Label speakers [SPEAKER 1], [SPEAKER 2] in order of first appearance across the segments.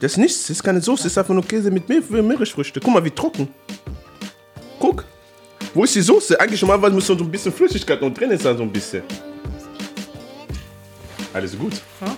[SPEAKER 1] Das ist nichts, das ist keine Soße, das ist einfach nur Käse mit Meer Meeresfrüchte. Guck mal, wie trocken. Guck. Wo ist die Soße? Eigentlich normalerweise muss so ein bisschen Flüssigkeit noch drin sein, so ein bisschen. Alles gut.
[SPEAKER 2] Hm?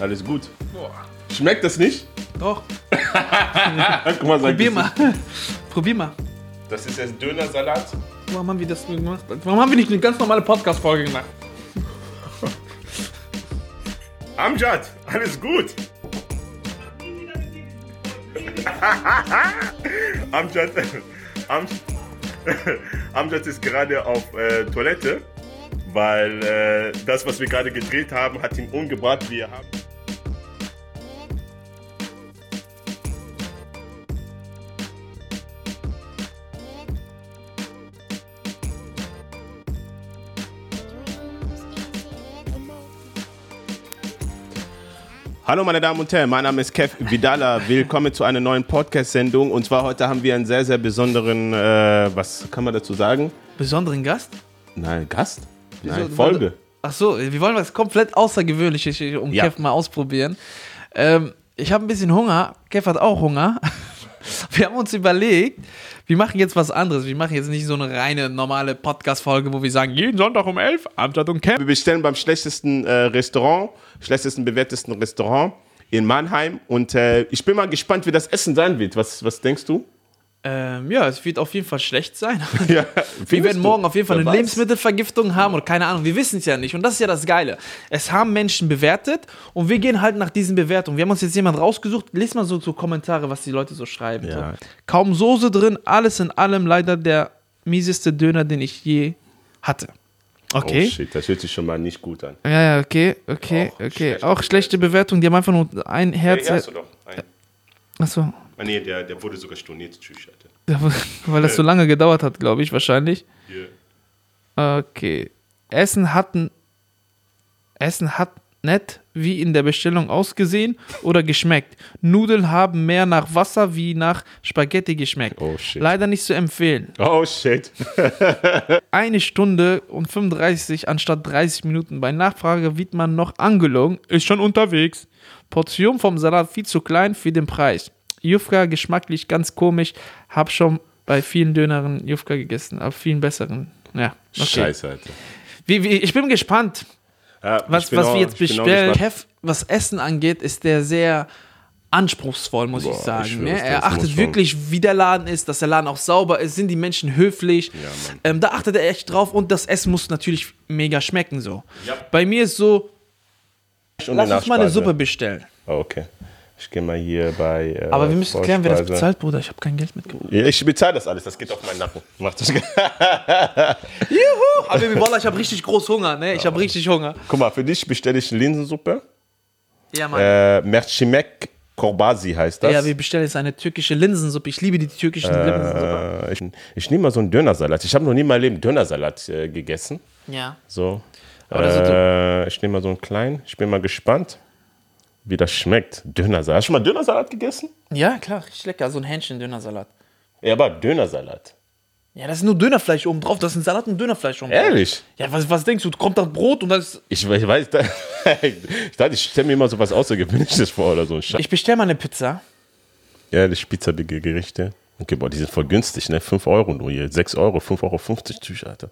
[SPEAKER 1] Alles gut. Schmeckt das nicht?
[SPEAKER 2] Doch,
[SPEAKER 1] Guck mal, sag
[SPEAKER 2] probier
[SPEAKER 1] das
[SPEAKER 2] mal. probier mal.
[SPEAKER 1] nicht. Das ist jetzt Dönersalat.
[SPEAKER 2] Warum haben wir das nur gemacht? Warum haben wir nicht eine ganz normale Podcast-Folge gemacht?
[SPEAKER 1] Amjad, alles gut. Amjad, Am, Amjad ist gerade auf äh, Toilette, weil äh, das, was wir gerade gedreht haben, hat ihn umgebracht. Wir haben. Hallo meine Damen und Herren, mein Name ist Kev Vidala. Willkommen zu einer neuen Podcast-Sendung. Und zwar heute haben wir einen sehr, sehr besonderen, äh, was kann man dazu sagen?
[SPEAKER 2] Besonderen Gast?
[SPEAKER 1] Nein, Gast? Nein,
[SPEAKER 2] So,
[SPEAKER 1] Folge.
[SPEAKER 2] warte. Ach so, wir wollen was komplett Außergewöhnliches hier um
[SPEAKER 1] Ja.
[SPEAKER 2] Kev mal ausprobieren. Ähm, ich habe ein bisschen Hunger. Kev hat auch Hunger. Wir haben uns überlegt, wir machen jetzt was anderes. Wir machen jetzt nicht so eine reine normale Podcast-Folge, wo wir sagen, jeden Sonntag um 11, Amtstadt und Kev.
[SPEAKER 1] Wir bestellen beim schlechtesten äh, Restaurant, schlechtesten bewertesten Restaurant in Mannheim. Und äh, ich bin mal gespannt, wie das Essen sein wird. Was, was denkst du?
[SPEAKER 2] Ähm, ja, es wird auf jeden Fall schlecht sein.
[SPEAKER 1] Ja,
[SPEAKER 2] Wir werden morgen auf jeden Fall eine
[SPEAKER 1] Wer weiß.
[SPEAKER 2] Lebensmittelvergiftung haben oder keine Ahnung, wir wissen es ja nicht. Und das ist ja das Geile. Es haben Menschen bewertet und wir gehen halt nach diesen Bewertungen. Wir haben uns jetzt jemanden rausgesucht. Lies mal so, so Kommentare, was die Leute so schreiben.
[SPEAKER 1] Ja.
[SPEAKER 2] So. Kaum Soße drin, alles in allem leider der mieseste Döner, den ich je hatte. Okay.
[SPEAKER 1] Oh shit, das hört sich schon mal nicht gut an.
[SPEAKER 2] ja, ja, okay, okay,
[SPEAKER 1] Auch
[SPEAKER 2] okay.
[SPEAKER 1] schlechte
[SPEAKER 2] Auch schlechte Bewertungen, die haben einfach nur ein Herz.
[SPEAKER 1] hast du doch einen.
[SPEAKER 2] Achso,
[SPEAKER 1] Ah, nee, der, der wurde sogar storniert. Tschüss, Alter.
[SPEAKER 2] weil das so lange gedauert hat, glaube ich, wahrscheinlich.
[SPEAKER 1] Hier.
[SPEAKER 2] Okay. Essen hatten. Essen hat nett wie in der Bestellung ausgesehen oder geschmeckt. Nudeln haben mehr nach Wasser wie nach Spaghetti geschmeckt.
[SPEAKER 1] Oh, shit.
[SPEAKER 2] Leider nicht zu empfehlen.
[SPEAKER 1] Oh shit.
[SPEAKER 2] Eine Stunde und 35 anstatt 30 Minuten. Bei Nachfrage wird man noch angelogen. Ist schon unterwegs. Portion vom Salat viel zu klein für den Preis. Jufka geschmacklich ganz komisch. Hab schon bei vielen Döneren Jufka gegessen, aber vielen besseren. Ja, okay.
[SPEAKER 1] Scheiße, Alter.
[SPEAKER 2] Wie, wie, ich bin gespannt,
[SPEAKER 1] Ja, Äh, ich
[SPEAKER 2] was,
[SPEAKER 1] bin
[SPEAKER 2] was
[SPEAKER 1] auch-
[SPEAKER 2] wir jetzt
[SPEAKER 1] ich bin auch
[SPEAKER 2] bestellen.
[SPEAKER 1] gespannt.
[SPEAKER 2] Chef, was Essen angeht, ist der sehr anspruchsvoll, muss ich
[SPEAKER 1] Boah,
[SPEAKER 2] sagen.
[SPEAKER 1] ich schwöre,
[SPEAKER 2] ne?
[SPEAKER 1] das
[SPEAKER 2] Er
[SPEAKER 1] muss
[SPEAKER 2] achtet
[SPEAKER 1] schon.
[SPEAKER 2] wirklich, wie der Laden ist, dass der Laden auch sauber ist, sind die Menschen höflich.
[SPEAKER 1] Mann.
[SPEAKER 2] ähm, da achtet er echt drauf und das Essen muss natürlich mega schmecken. So.
[SPEAKER 1] Ja.
[SPEAKER 2] Bei mir ist so,
[SPEAKER 1] Und
[SPEAKER 2] lass
[SPEAKER 1] eine
[SPEAKER 2] uns mal eine
[SPEAKER 1] Nachspeise.
[SPEAKER 2] Suppe bestellen.
[SPEAKER 1] Oh, okay. Ich gehe mal hier bei. äh,
[SPEAKER 2] Aber wir müssen klären, wer das
[SPEAKER 1] Vorspeise.
[SPEAKER 2] bezahlt, Bruder. Ich habe kein Geld mitgebracht.
[SPEAKER 1] Ja, ich bezahle das alles, das geht auf meinen Nacken. Mach das.
[SPEAKER 2] Juhu! Aber Wallah, ich habe richtig groß Hunger. Ne? Ich habe richtig Hunger.
[SPEAKER 1] Guck mal, für dich bestelle ich Linsensuppe.
[SPEAKER 2] Ja, Mann.
[SPEAKER 1] Äh, Mercimek Korbasi heißt das.
[SPEAKER 2] ja, wir bestellen jetzt eine türkische Linsensuppe. Ich liebe die türkischen Linsensuppe.
[SPEAKER 1] äh, ich ich nehme mal so einen Dönersalat. Ich habe noch nie in meinem Leben Dönersalat äh, gegessen.
[SPEAKER 2] Ja.
[SPEAKER 1] So.
[SPEAKER 2] das ist so-
[SPEAKER 1] Äh, ich nehme mal so einen kleinen. Ich bin mal gespannt, wie das schmeckt. Dönersalat. Hast du schon mal Dönersalat gegessen?
[SPEAKER 2] Ja, klar, richtig lecker. So ein Hähnchen-Dönersalat.
[SPEAKER 1] Ja, aber Dönersalat.
[SPEAKER 2] Ja, das ist nur Dönerfleisch oben drauf. Das ist ein Salat und Dönerfleisch oben drauf.
[SPEAKER 1] Ehrlich?
[SPEAKER 2] Ja, was, was denkst du? Kommt das Brot und das.
[SPEAKER 1] Ich, ich weiß, da, ich dachte, ich stelle mir immer so was Außergewöhnliches vor oder so ein Scheiß.
[SPEAKER 2] Ich bestell mal eine Pizza.
[SPEAKER 1] Ehrlich, pizzabige Gerichte. Okay, boah, die sind voll günstig, ne? 5 Euro nur hier. 6 Euro, 5,50 Euro, Tücher, Alter.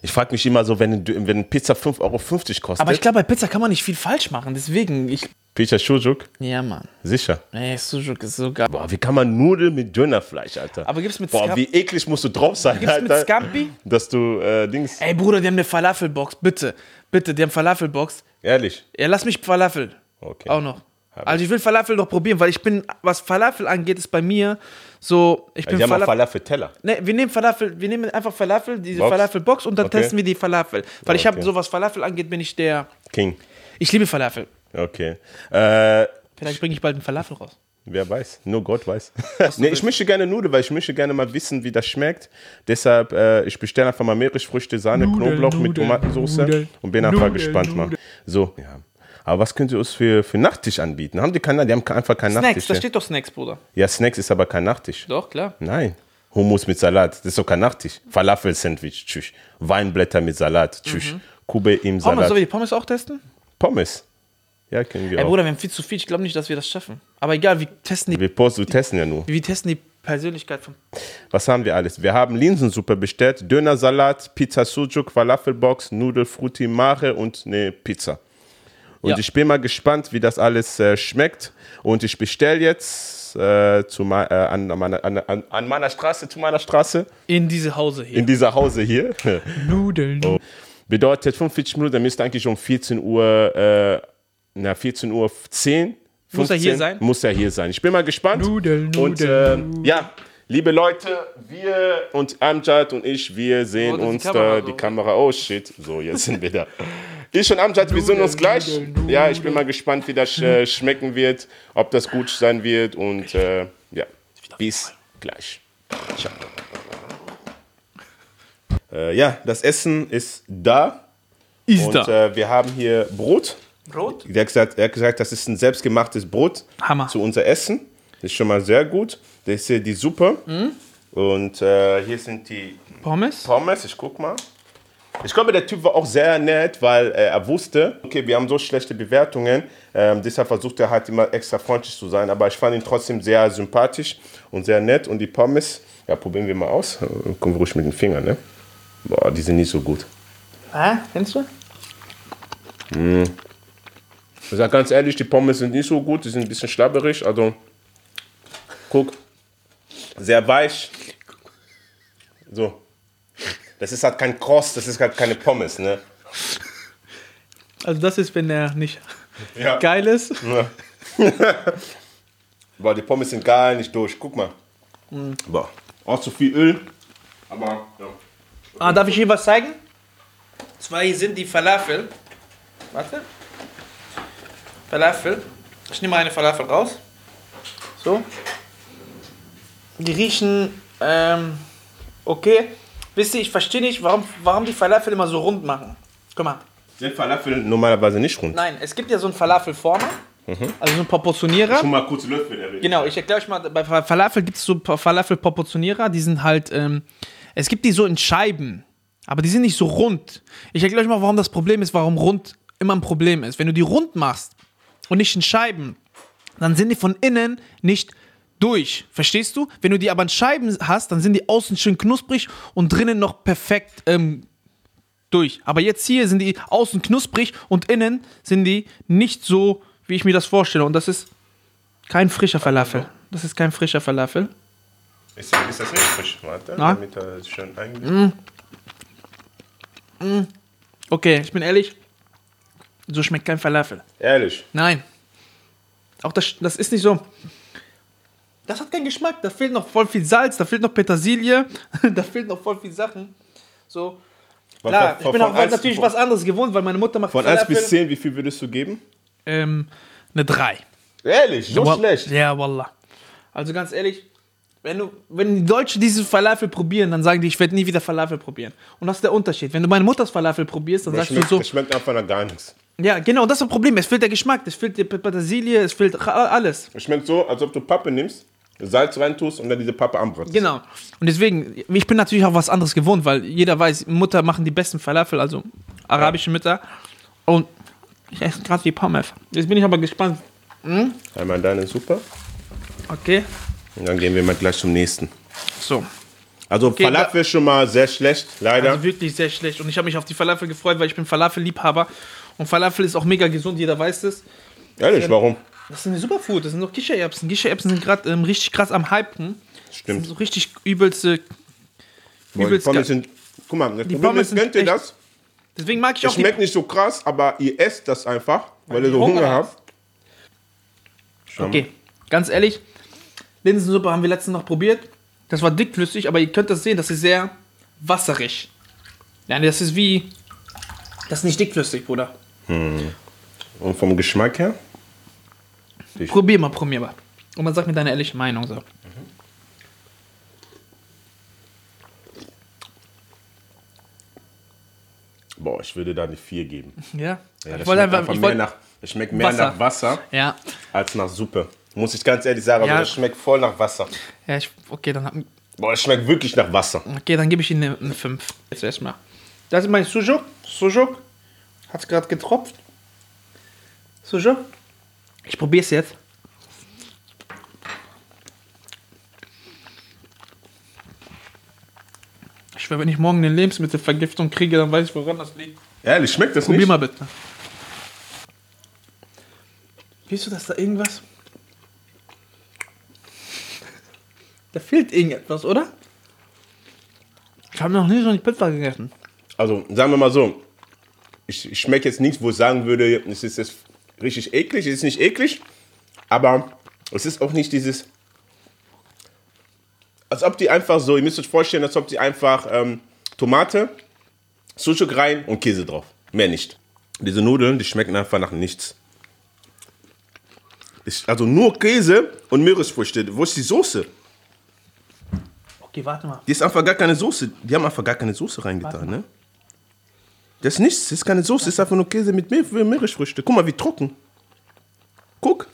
[SPEAKER 1] Ich frage mich immer so, wenn, du- wenn Pizza 5,50 Euro kostet.
[SPEAKER 2] Aber ich glaube, bei Pizza kann man nicht viel falsch machen. Deswegen, ich.
[SPEAKER 1] Pizza Schujuk,
[SPEAKER 2] Ja, Mann.
[SPEAKER 1] sicher.
[SPEAKER 2] Ey, Sujuk ist so geil.
[SPEAKER 1] Boah, wie kann man Nudeln mit Dönerfleisch, Alter?
[SPEAKER 2] Aber gibt's mit
[SPEAKER 1] Boah,
[SPEAKER 2] Skab-
[SPEAKER 1] wie eklig musst du drauf sein,
[SPEAKER 2] Gibt's mit
[SPEAKER 1] Alter.
[SPEAKER 2] Scampi?
[SPEAKER 1] Dass du, äh, Dings,
[SPEAKER 2] Ey, Bruder, die haben eine Falafelbox. Bitte. Bitte, die haben Falafelbox.
[SPEAKER 1] ehrlich.
[SPEAKER 2] Ja, lass mich Falafel.
[SPEAKER 1] Okay.
[SPEAKER 2] Auch noch.
[SPEAKER 1] Hab
[SPEAKER 2] Also ich will Falafel noch probieren, weil ich bin, was Falafel angeht, ist bei mir so, ich
[SPEAKER 1] Also
[SPEAKER 2] bin
[SPEAKER 1] Die haben auch
[SPEAKER 2] Falafel.
[SPEAKER 1] Falafel-Teller.
[SPEAKER 2] Ne, wir nehmen Falafel, wir nehmen einfach Falafel, diese
[SPEAKER 1] Box?
[SPEAKER 2] Falafelbox und dann
[SPEAKER 1] Okay.
[SPEAKER 2] testen wir die Falafel. Weil ich habe
[SPEAKER 1] Okay.
[SPEAKER 2] so, was Falafel angeht, bin ich der.
[SPEAKER 1] King.
[SPEAKER 2] Ich liebe Falafel.
[SPEAKER 1] Okay. Äh,
[SPEAKER 2] Vielleicht bringe ich bald einen Falafel raus.
[SPEAKER 1] Wer weiß, nur Gott weiß. nee, ich möchte gerne Nudeln, weil ich möchte gerne mal wissen, wie das schmeckt. Deshalb, äh, ich bestelle einfach mal Meeresfrüchte, Sahne,
[SPEAKER 2] Nudeln,
[SPEAKER 1] Knoblauch mit
[SPEAKER 2] Nudeln,
[SPEAKER 1] Tomatensauce
[SPEAKER 2] Nudeln,
[SPEAKER 1] und bin einfach
[SPEAKER 2] Nudeln,
[SPEAKER 1] gespannt, Mann. So, ja. Aber was könnt ihr uns für, für Nachtisch anbieten? Haben die keinen, die haben einfach keinen
[SPEAKER 2] Snacks, da
[SPEAKER 1] Nachtisch. ne?
[SPEAKER 2] steht doch Snacks, Bruder.
[SPEAKER 1] Ja, Snacks ist aber kein Nachtisch.
[SPEAKER 2] Doch, klar.
[SPEAKER 1] Nein. Hummus mit Salat, das ist doch kein Nachtisch. Falafel-Sandwich, tschüss. Weinblätter mit Salat, tschüss. Kube im
[SPEAKER 2] Mhm. Pommes,
[SPEAKER 1] Salat.
[SPEAKER 2] sollen wir die Pommes auch testen?
[SPEAKER 1] Pommes. Ja, können wir
[SPEAKER 2] Ey,
[SPEAKER 1] auch.
[SPEAKER 2] Bruder, wir haben viel zu viel. Ich glaube nicht, dass wir das schaffen. Aber egal, wir testen die,
[SPEAKER 1] wir posten, testen ja nur.
[SPEAKER 2] wir testen die Persönlichkeit von.
[SPEAKER 1] Was haben wir alles? Wir haben Linsensuppe bestellt, Dönersalat, Pizza Sujuk, Falafelbox, Nudel Frutti Mare und eine Pizza. Und
[SPEAKER 2] Ja.
[SPEAKER 1] ich bin mal gespannt, wie das alles äh, schmeckt. Und ich bestelle jetzt äh, zu ma- äh, an, an, meiner- an, an, an meiner Straße, zu meiner Straße,
[SPEAKER 2] In diese Hause hier.
[SPEAKER 1] in dieser Hause hier.
[SPEAKER 2] Nudeln.
[SPEAKER 1] Bedeutet 45 Minuten, dann müsste eigentlich um 14 Uhr, äh, na 14 Uhr 10.
[SPEAKER 2] Muss er
[SPEAKER 1] 15,
[SPEAKER 2] hier sein?
[SPEAKER 1] Muss er hier sein. Ich bin mal gespannt.
[SPEAKER 2] Nudeln,
[SPEAKER 1] und äh,
[SPEAKER 2] Nudeln,
[SPEAKER 1] ja, liebe Leute, wir und Amjad und ich, wir sehen
[SPEAKER 2] Oh, das ist die
[SPEAKER 1] uns
[SPEAKER 2] Kamera
[SPEAKER 1] da
[SPEAKER 2] so.
[SPEAKER 1] die Kamera. Oh shit, so jetzt sind wir da. Ich und Amjad, wir sehen uns gleich. ja, ich bin mal gespannt, wie das äh, schmecken wird, ob das gut sein wird und äh, ja, bis gleich. Ciao. Äh, ja, das Essen ist da.
[SPEAKER 2] Ist
[SPEAKER 1] Und
[SPEAKER 2] da.
[SPEAKER 1] äh, wir haben hier Brot.
[SPEAKER 2] Brot?
[SPEAKER 1] Er hat, gesagt, er hat gesagt, das ist ein selbstgemachtes Brot
[SPEAKER 2] Hammer.
[SPEAKER 1] zu unser Essen. Das ist schon mal sehr gut. Das ist hier die Suppe.
[SPEAKER 2] Mhm.
[SPEAKER 1] Und äh, hier sind die
[SPEAKER 2] Pommes?
[SPEAKER 1] Pommes. Ich guck mal. Ich glaube, der Typ war auch sehr nett, weil äh, er wusste, okay, wir haben so schlechte Bewertungen. Ähm, deshalb versucht er halt immer extra freundlich zu sein. Aber ich fand ihn trotzdem sehr sympathisch und sehr nett. Und die Pommes, ja, probieren wir mal aus. Äh, Kommen wir ruhig mit den Fingern, ne? Boah, die sind nicht so gut.
[SPEAKER 2] Hä? Kennst du?
[SPEAKER 1] Ich sag ganz ehrlich, die Pommes sind nicht so gut, die sind ein bisschen schlabberig, also guck, sehr weich. So. Das ist halt kein Cross, das ist halt keine Pommes, ne?
[SPEAKER 2] Also, das ist, wenn er nicht
[SPEAKER 1] Ja.
[SPEAKER 2] geil ist.
[SPEAKER 1] Boah, die Pommes sind gar nicht durch, guck mal.
[SPEAKER 2] Mhm.
[SPEAKER 1] Boah, auch zu viel Öl, aber ja.
[SPEAKER 2] Ah, darf ich hier was zeigen? Zwei sind die Falafel. Warte. Falafel. Ich nehme eine Falafel raus. So. Die riechen ähm, okay. Wisst ihr, ich verstehe nicht, warum, warum die Falafel immer so rund machen. Guck mal.
[SPEAKER 1] Sind Falafel normalerweise nicht rund?
[SPEAKER 2] Nein, es gibt ja so einen Falafelformer. Also so einen Proportionierer.
[SPEAKER 1] Schon mal kurz Löffel, der will.
[SPEAKER 2] Genau, ich erkläre euch mal, bei Fa- Falafel gibt es so Pa- Falafel-Proportionierer, die sind halt, ähm, es gibt die so in Scheiben, aber die sind nicht so rund. Ich erkläre euch mal, warum das Problem ist, warum rund immer ein Problem ist. Wenn du die rund machst und nicht in Scheiben, dann sind die von innen nicht durch. Verstehst du? Wenn du die aber in Scheiben hast, dann sind die außen schön knusprig und drinnen noch perfekt ähm, durch. Aber jetzt hier sind die außen knusprig und innen sind die nicht so, wie ich mir das vorstelle. Und das ist kein frischer Falafel. Das ist kein frischer Falafel.
[SPEAKER 1] Ist, ist das nicht frisch? Warte,
[SPEAKER 2] Na? Mhm.
[SPEAKER 1] damit er schön eingeht.
[SPEAKER 2] Okay, ich bin ehrlich, so schmeckt kein Falafel.
[SPEAKER 1] Ehrlich.
[SPEAKER 2] Nein. Auch das, das ist nicht so. Das hat keinen Geschmack. Da fehlt noch voll viel Salz, da fehlt noch Petersilie, da fehlt noch voll viel Sachen. So. Klar, ich bin auch
[SPEAKER 1] eins-
[SPEAKER 2] natürlich
[SPEAKER 1] von,
[SPEAKER 2] was anderes gewohnt, weil meine Mutter macht
[SPEAKER 1] Von 1 bis 10, wie viel würdest du geben?
[SPEAKER 2] Ähm, eine 3.
[SPEAKER 1] Ehrlich, so
[SPEAKER 2] Wa-
[SPEAKER 1] schlecht.
[SPEAKER 2] Ja, wallah. Also ganz ehrlich, wenn, du, wenn die Deutschen diese Falafel probieren, dann sagen die, ich werde nie wieder Falafel probieren. Und das ist der Unterschied. Wenn du meine Mutters Falafel probierst, dann
[SPEAKER 1] Das
[SPEAKER 2] sagst du
[SPEAKER 1] schmeckt,
[SPEAKER 2] so,
[SPEAKER 1] das schmeckt einfach nach gar nichts.
[SPEAKER 2] ja, genau, das ist das Problem. Es fehlt der Geschmack, es fehlt die Petersilie, es fehlt ra- alles.
[SPEAKER 1] Es schmeckt so, als ob du Pappe nimmst, Salz reintust und dann diese Pappe anbrätst.
[SPEAKER 2] Genau. Und deswegen, ich bin natürlich auch was anderes gewohnt, weil jeder weiß, Mutter machen die besten Falafel, also arabische Mütter. Und ich esse gerade die Pommes. Jetzt bin ich aber gespannt.
[SPEAKER 1] Einmal deine Suppe
[SPEAKER 2] Okay,
[SPEAKER 1] und dann gehen wir mal gleich zum nächsten.
[SPEAKER 2] so.
[SPEAKER 1] Also Falafel schon mal sehr schlecht, leider.
[SPEAKER 2] Also wirklich sehr schlecht. Und ich habe mich auf die Falafel gefreut, weil ich bin Falafel-Liebhaber. Und Falafel ist auch mega gesund, jeder weiß das.
[SPEAKER 1] Ehrlich, warum?
[SPEAKER 2] Das sind Superfood, das sind doch Kichererbsen. Kichererbsen sind gerade ähm, richtig krass am Hypen. Das sind
[SPEAKER 1] Stimmt.
[SPEAKER 2] so richtig übelste.
[SPEAKER 1] Boah, die
[SPEAKER 2] übelst
[SPEAKER 1] Pommes
[SPEAKER 2] geil.
[SPEAKER 1] sind, guck mal, das
[SPEAKER 2] Die
[SPEAKER 1] Problem
[SPEAKER 2] Pommes
[SPEAKER 1] ist,
[SPEAKER 2] sind
[SPEAKER 1] kennt ihr
[SPEAKER 2] echt-
[SPEAKER 1] das?
[SPEAKER 2] Deswegen mag ich
[SPEAKER 1] Es
[SPEAKER 2] auch die.
[SPEAKER 1] schmeckt nicht so krass, aber ihr esst das einfach, weil, ihr
[SPEAKER 2] ihr
[SPEAKER 1] so Hunger
[SPEAKER 2] Hunger
[SPEAKER 1] habt. Schau mal.
[SPEAKER 2] Okay, ganz ehrlich, Linsensuppe haben wir letztens noch probiert. Das war dickflüssig, aber ihr könnt das sehen, das ist sehr wasserig. Nein, das ist wie. Das ist nicht dickflüssig, Bruder.
[SPEAKER 1] Und vom Geschmack her?
[SPEAKER 2] Probier mal, probier mal. Und man sagt mir deine ehrliche Meinung so.
[SPEAKER 1] Boah, ich würde da eine 4 geben.
[SPEAKER 2] Ja?
[SPEAKER 1] Ja,
[SPEAKER 2] ich
[SPEAKER 1] das
[SPEAKER 2] wollte
[SPEAKER 1] schmeckt
[SPEAKER 2] einfach.
[SPEAKER 1] einfach
[SPEAKER 2] Ich
[SPEAKER 1] mehr
[SPEAKER 2] wollte,
[SPEAKER 1] nach, es schmeckt mehr
[SPEAKER 2] Wasser.
[SPEAKER 1] nach Wasser
[SPEAKER 2] ja.
[SPEAKER 1] als nach Suppe. Muss ich ganz ehrlich sagen, also
[SPEAKER 2] Ja.
[SPEAKER 1] das schmeckt voll nach Wasser.
[SPEAKER 2] Ja, ich, okay, dann, hab-
[SPEAKER 1] Boah, es schmeckt wirklich nach Wasser.
[SPEAKER 2] okay, dann gebe ich Ihnen eine 5. Jetzt erstmal. Das ist mein Sujuk. Sujuk hat gerade getropft. So schon? Ich probier's jetzt. Ich schwör, wenn ich morgen eine Lebensmittelvergiftung kriege, dann weiß ich, woran das liegt.
[SPEAKER 1] Ehrlich, schmeckt das
[SPEAKER 2] Probier
[SPEAKER 1] nicht?
[SPEAKER 2] mal bitte. Siehst du, dass da irgendwas. Da fehlt irgendetwas, oder? Ich habe noch nie so eine Pizza gegessen.
[SPEAKER 1] Also, sagen wir mal so, ich, ich schmecke jetzt nichts, wo ich sagen würde, es ist jetzt richtig eklig, es ist nicht eklig, aber es ist auch nicht dieses, als ob die einfach so, ihr müsst euch vorstellen, als ob die einfach ähm, Tomate, Sucuk rein und Käse drauf, mehr nicht. Diese Nudeln, die schmecken einfach nach nichts. Ich, also nur Käse und Meeresfrüchte, wo ist die Soße?
[SPEAKER 2] Okay, warte mal.
[SPEAKER 1] Die ist einfach gar keine Soße. Die haben einfach gar keine Soße reingetan, ne? Das ist nichts, das ist keine Soße, das ist einfach nur Käse mit Meer Meeresfrüchte. Guck mal, wie trocken. Guck.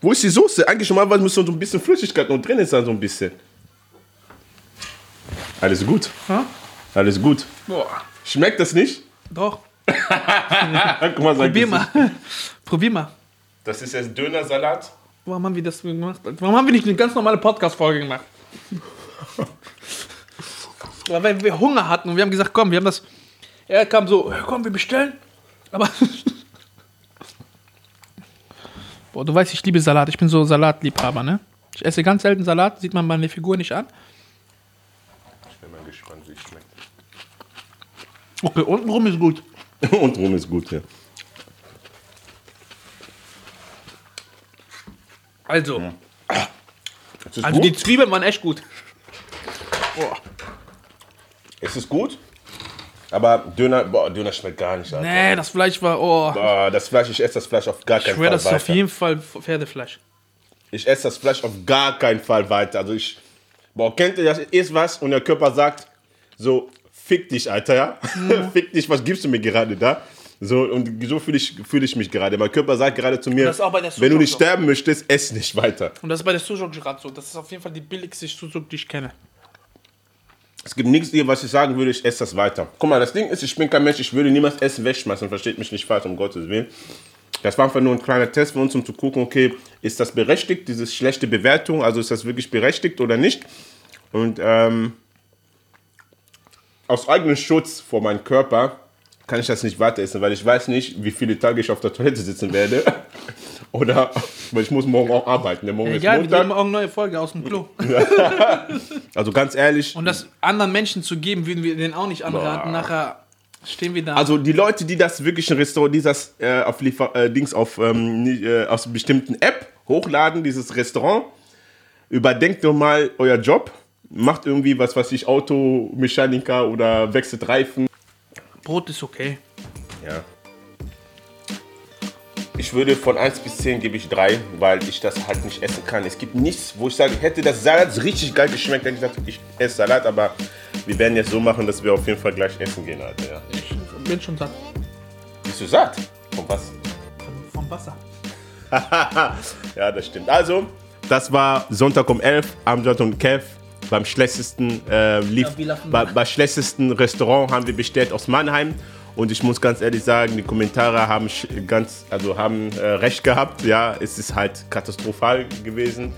[SPEAKER 1] Wo ist die Soße? Eigentlich normalerweise muss so ein bisschen Flüssigkeit noch drin sein, so ein bisschen. Alles gut,
[SPEAKER 2] Hm?
[SPEAKER 1] alles gut.
[SPEAKER 2] Boah.
[SPEAKER 1] Schmeckt das nicht?
[SPEAKER 2] Doch.
[SPEAKER 1] Guck mal, sein
[SPEAKER 2] Probier
[SPEAKER 1] Gesicht.
[SPEAKER 2] mal. Probier mal.
[SPEAKER 1] Das ist jetzt Dönersalat.
[SPEAKER 2] Warum haben wir das gemacht? Warum haben wir nicht eine ganz normale Podcast-Folge gemacht? Aber weil wir Hunger hatten und wir haben gesagt, komm, wir haben das. Er kam so, "Äh, komm, wir bestellen. Aber. Boah, du weißt, ich liebe Salat. Ich bin so Salatliebhaber, ne? Ich esse ganz selten Salat, sieht man meine Figur nicht an.
[SPEAKER 1] Ich bin mal gespannt, wie es schmeckt.
[SPEAKER 2] Okay, untenrum ist gut.
[SPEAKER 1] Und rum ist gut, ja.
[SPEAKER 2] Also,
[SPEAKER 1] Es ist
[SPEAKER 2] also die
[SPEAKER 1] gut.
[SPEAKER 2] Zwiebeln waren echt gut. Boah.
[SPEAKER 1] Es ist gut. Aber Döner, boah, Döner schmeckt gar nicht, Alter.
[SPEAKER 2] Nee, das Fleisch war. Oh.
[SPEAKER 1] Boah, Ah, das Fleisch, ich esse das Fleisch auf gar
[SPEAKER 2] Ich
[SPEAKER 1] keinen
[SPEAKER 2] schwöre,
[SPEAKER 1] Fall
[SPEAKER 2] das ist
[SPEAKER 1] weiter.
[SPEAKER 2] auf jeden Fall Pferdefleisch.
[SPEAKER 1] Ich esse das Fleisch auf gar keinen Fall weiter. Also ich, boah, kennt ihr das? Ist was und der Körper sagt so, fick dich, Alter, ja? fick dich, was gibst du mir gerade da? So, und so fühle ich, fühl ich mich gerade. Mein Körper sagt gerade zu mir,
[SPEAKER 2] das ist auch bei der Sushi
[SPEAKER 1] wenn du nicht
[SPEAKER 2] so.
[SPEAKER 1] sterben möchtest, ess nicht weiter.
[SPEAKER 2] Und das ist bei der Sujuk gerade so. Das ist auf jeden Fall die billigste Sujuk, die ich kenne.
[SPEAKER 1] Es gibt nichts, hier, was ich sagen würde, ich esse das weiter. Guck mal, das Ding ist, ich bin kein Mensch, ich würde niemals Essen wegschmeißen, versteht mich nicht falsch, um Gottes Willen. Das war einfach nur ein kleiner Test für uns, um zu gucken, okay, ist das berechtigt, diese schlechte Bewertung, also ist das wirklich berechtigt oder nicht? Und ähm, aus eigenem Schutz vor meinem Körper kann ich das nicht weiter essen, weil ich weiß nicht, wie viele Tage ich auf der Toilette sitzen werde. Oder, weil ich muss morgen auch arbeiten. Der morgen
[SPEAKER 2] Egal, wir
[SPEAKER 1] ist
[SPEAKER 2] geben
[SPEAKER 1] Montag.
[SPEAKER 2] morgen neue Folge aus dem Klo.
[SPEAKER 1] Also ganz ehrlich,
[SPEAKER 2] Und das anderen Menschen zu geben, würden wir denen auch nicht anraten.
[SPEAKER 1] Boah.
[SPEAKER 2] Nachher stehen wir da.
[SPEAKER 1] Also die Leute, die das wirklich in Restaurant, die das äh, auf Liefer äh, Dings auf ähm, nie- äh, aus einer bestimmten App hochladen, dieses Restaurant, überdenkt doch mal euer Job, macht irgendwie was, was ich Automechaniker oder wechselt Reifen.
[SPEAKER 2] Brot ist okay.
[SPEAKER 1] Ja. Ich würde von 1 bis 10 gebe ich 3, weil ich das halt nicht essen kann. Es gibt nichts, wo ich sage, hätte das Salat richtig geil geschmeckt, hätte ich gesagt, ich esse Salat, aber wir werden jetzt so machen, dass wir auf jeden Fall gleich essen gehen, Alter. Ja.
[SPEAKER 2] Ich bin schon satt.
[SPEAKER 1] Bist du satt? Von was?
[SPEAKER 2] Von- Vom Wasser.
[SPEAKER 1] ja, das stimmt. Also, das war Sonntag um 11, Amjad und Kev. Beim schlechtesten, äh, lief,
[SPEAKER 2] Ja, wir laufen
[SPEAKER 1] bei,
[SPEAKER 2] nach.
[SPEAKER 1] bei schlechtesten Restaurant haben wir bestellt aus Mannheim. Und ich muss ganz ehrlich sagen, die Kommentare haben sch- ganz, also haben äh, recht gehabt. Ja, es ist halt katastrophal gewesen.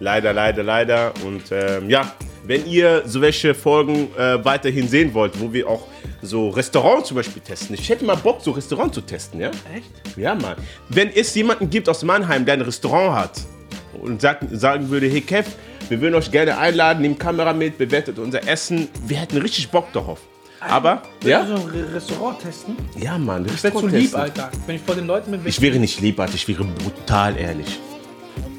[SPEAKER 1] Leider, leider, leider. Und ähm, ja, wenn ihr so welche Folgen äh, weiterhin sehen wollt, wo wir auch so Restaurants zum Beispiel testen. Ich hätte mal Bock, so Restaurant zu testen, ja?
[SPEAKER 2] Echt?
[SPEAKER 1] Ja, Mann. Wenn es jemanden gibt aus Mannheim, der ein Restaurant hat und sagt, sagen würde, hey Kev, wir würden euch gerne einladen, nehmt Kamera mit, bewertet unser Essen. Wir hätten richtig Bock darauf. Aber, ja?
[SPEAKER 2] So ein Re- Restaurant testen?
[SPEAKER 1] Ja, Mann. Das
[SPEAKER 2] Wär zu lieb, Alter. Wenn ich vor den Leuten bin,
[SPEAKER 1] Ich wäre nicht lieb, Alter. Ich wäre brutal ehrlich.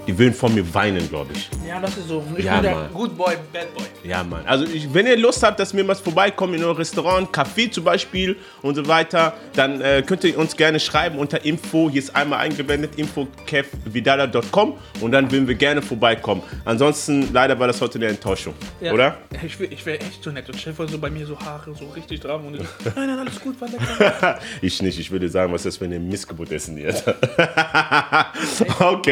[SPEAKER 1] Die würden von mir weinen, glaube ich.
[SPEAKER 2] Ja, das ist so. Ich
[SPEAKER 1] Ja,
[SPEAKER 2] bin der
[SPEAKER 1] Mann.
[SPEAKER 2] Good Boy, Bad Boy.
[SPEAKER 1] Ja, Mann. Also, ich, wenn ihr Lust habt, dass wir mal vorbeikommen in euer Restaurant, Café zum Beispiel und so weiter, dann äh, könnt ihr uns gerne schreiben unter info, hier ist einmal eingeblendet, info.kevvidala.com und dann würden wir gerne vorbeikommen. Ansonsten, leider war das heute eine Enttäuschung,
[SPEAKER 2] Ja.
[SPEAKER 1] oder?
[SPEAKER 2] Ich wäre ich wär echt so nett. Und stell dir vor, so bei mir so Haare so richtig dran. Und ich, nein, nein, alles gut, war lecker.
[SPEAKER 1] Ich nicht, ich würde sagen, was ist das für eine Missgeburt essen hier? okay.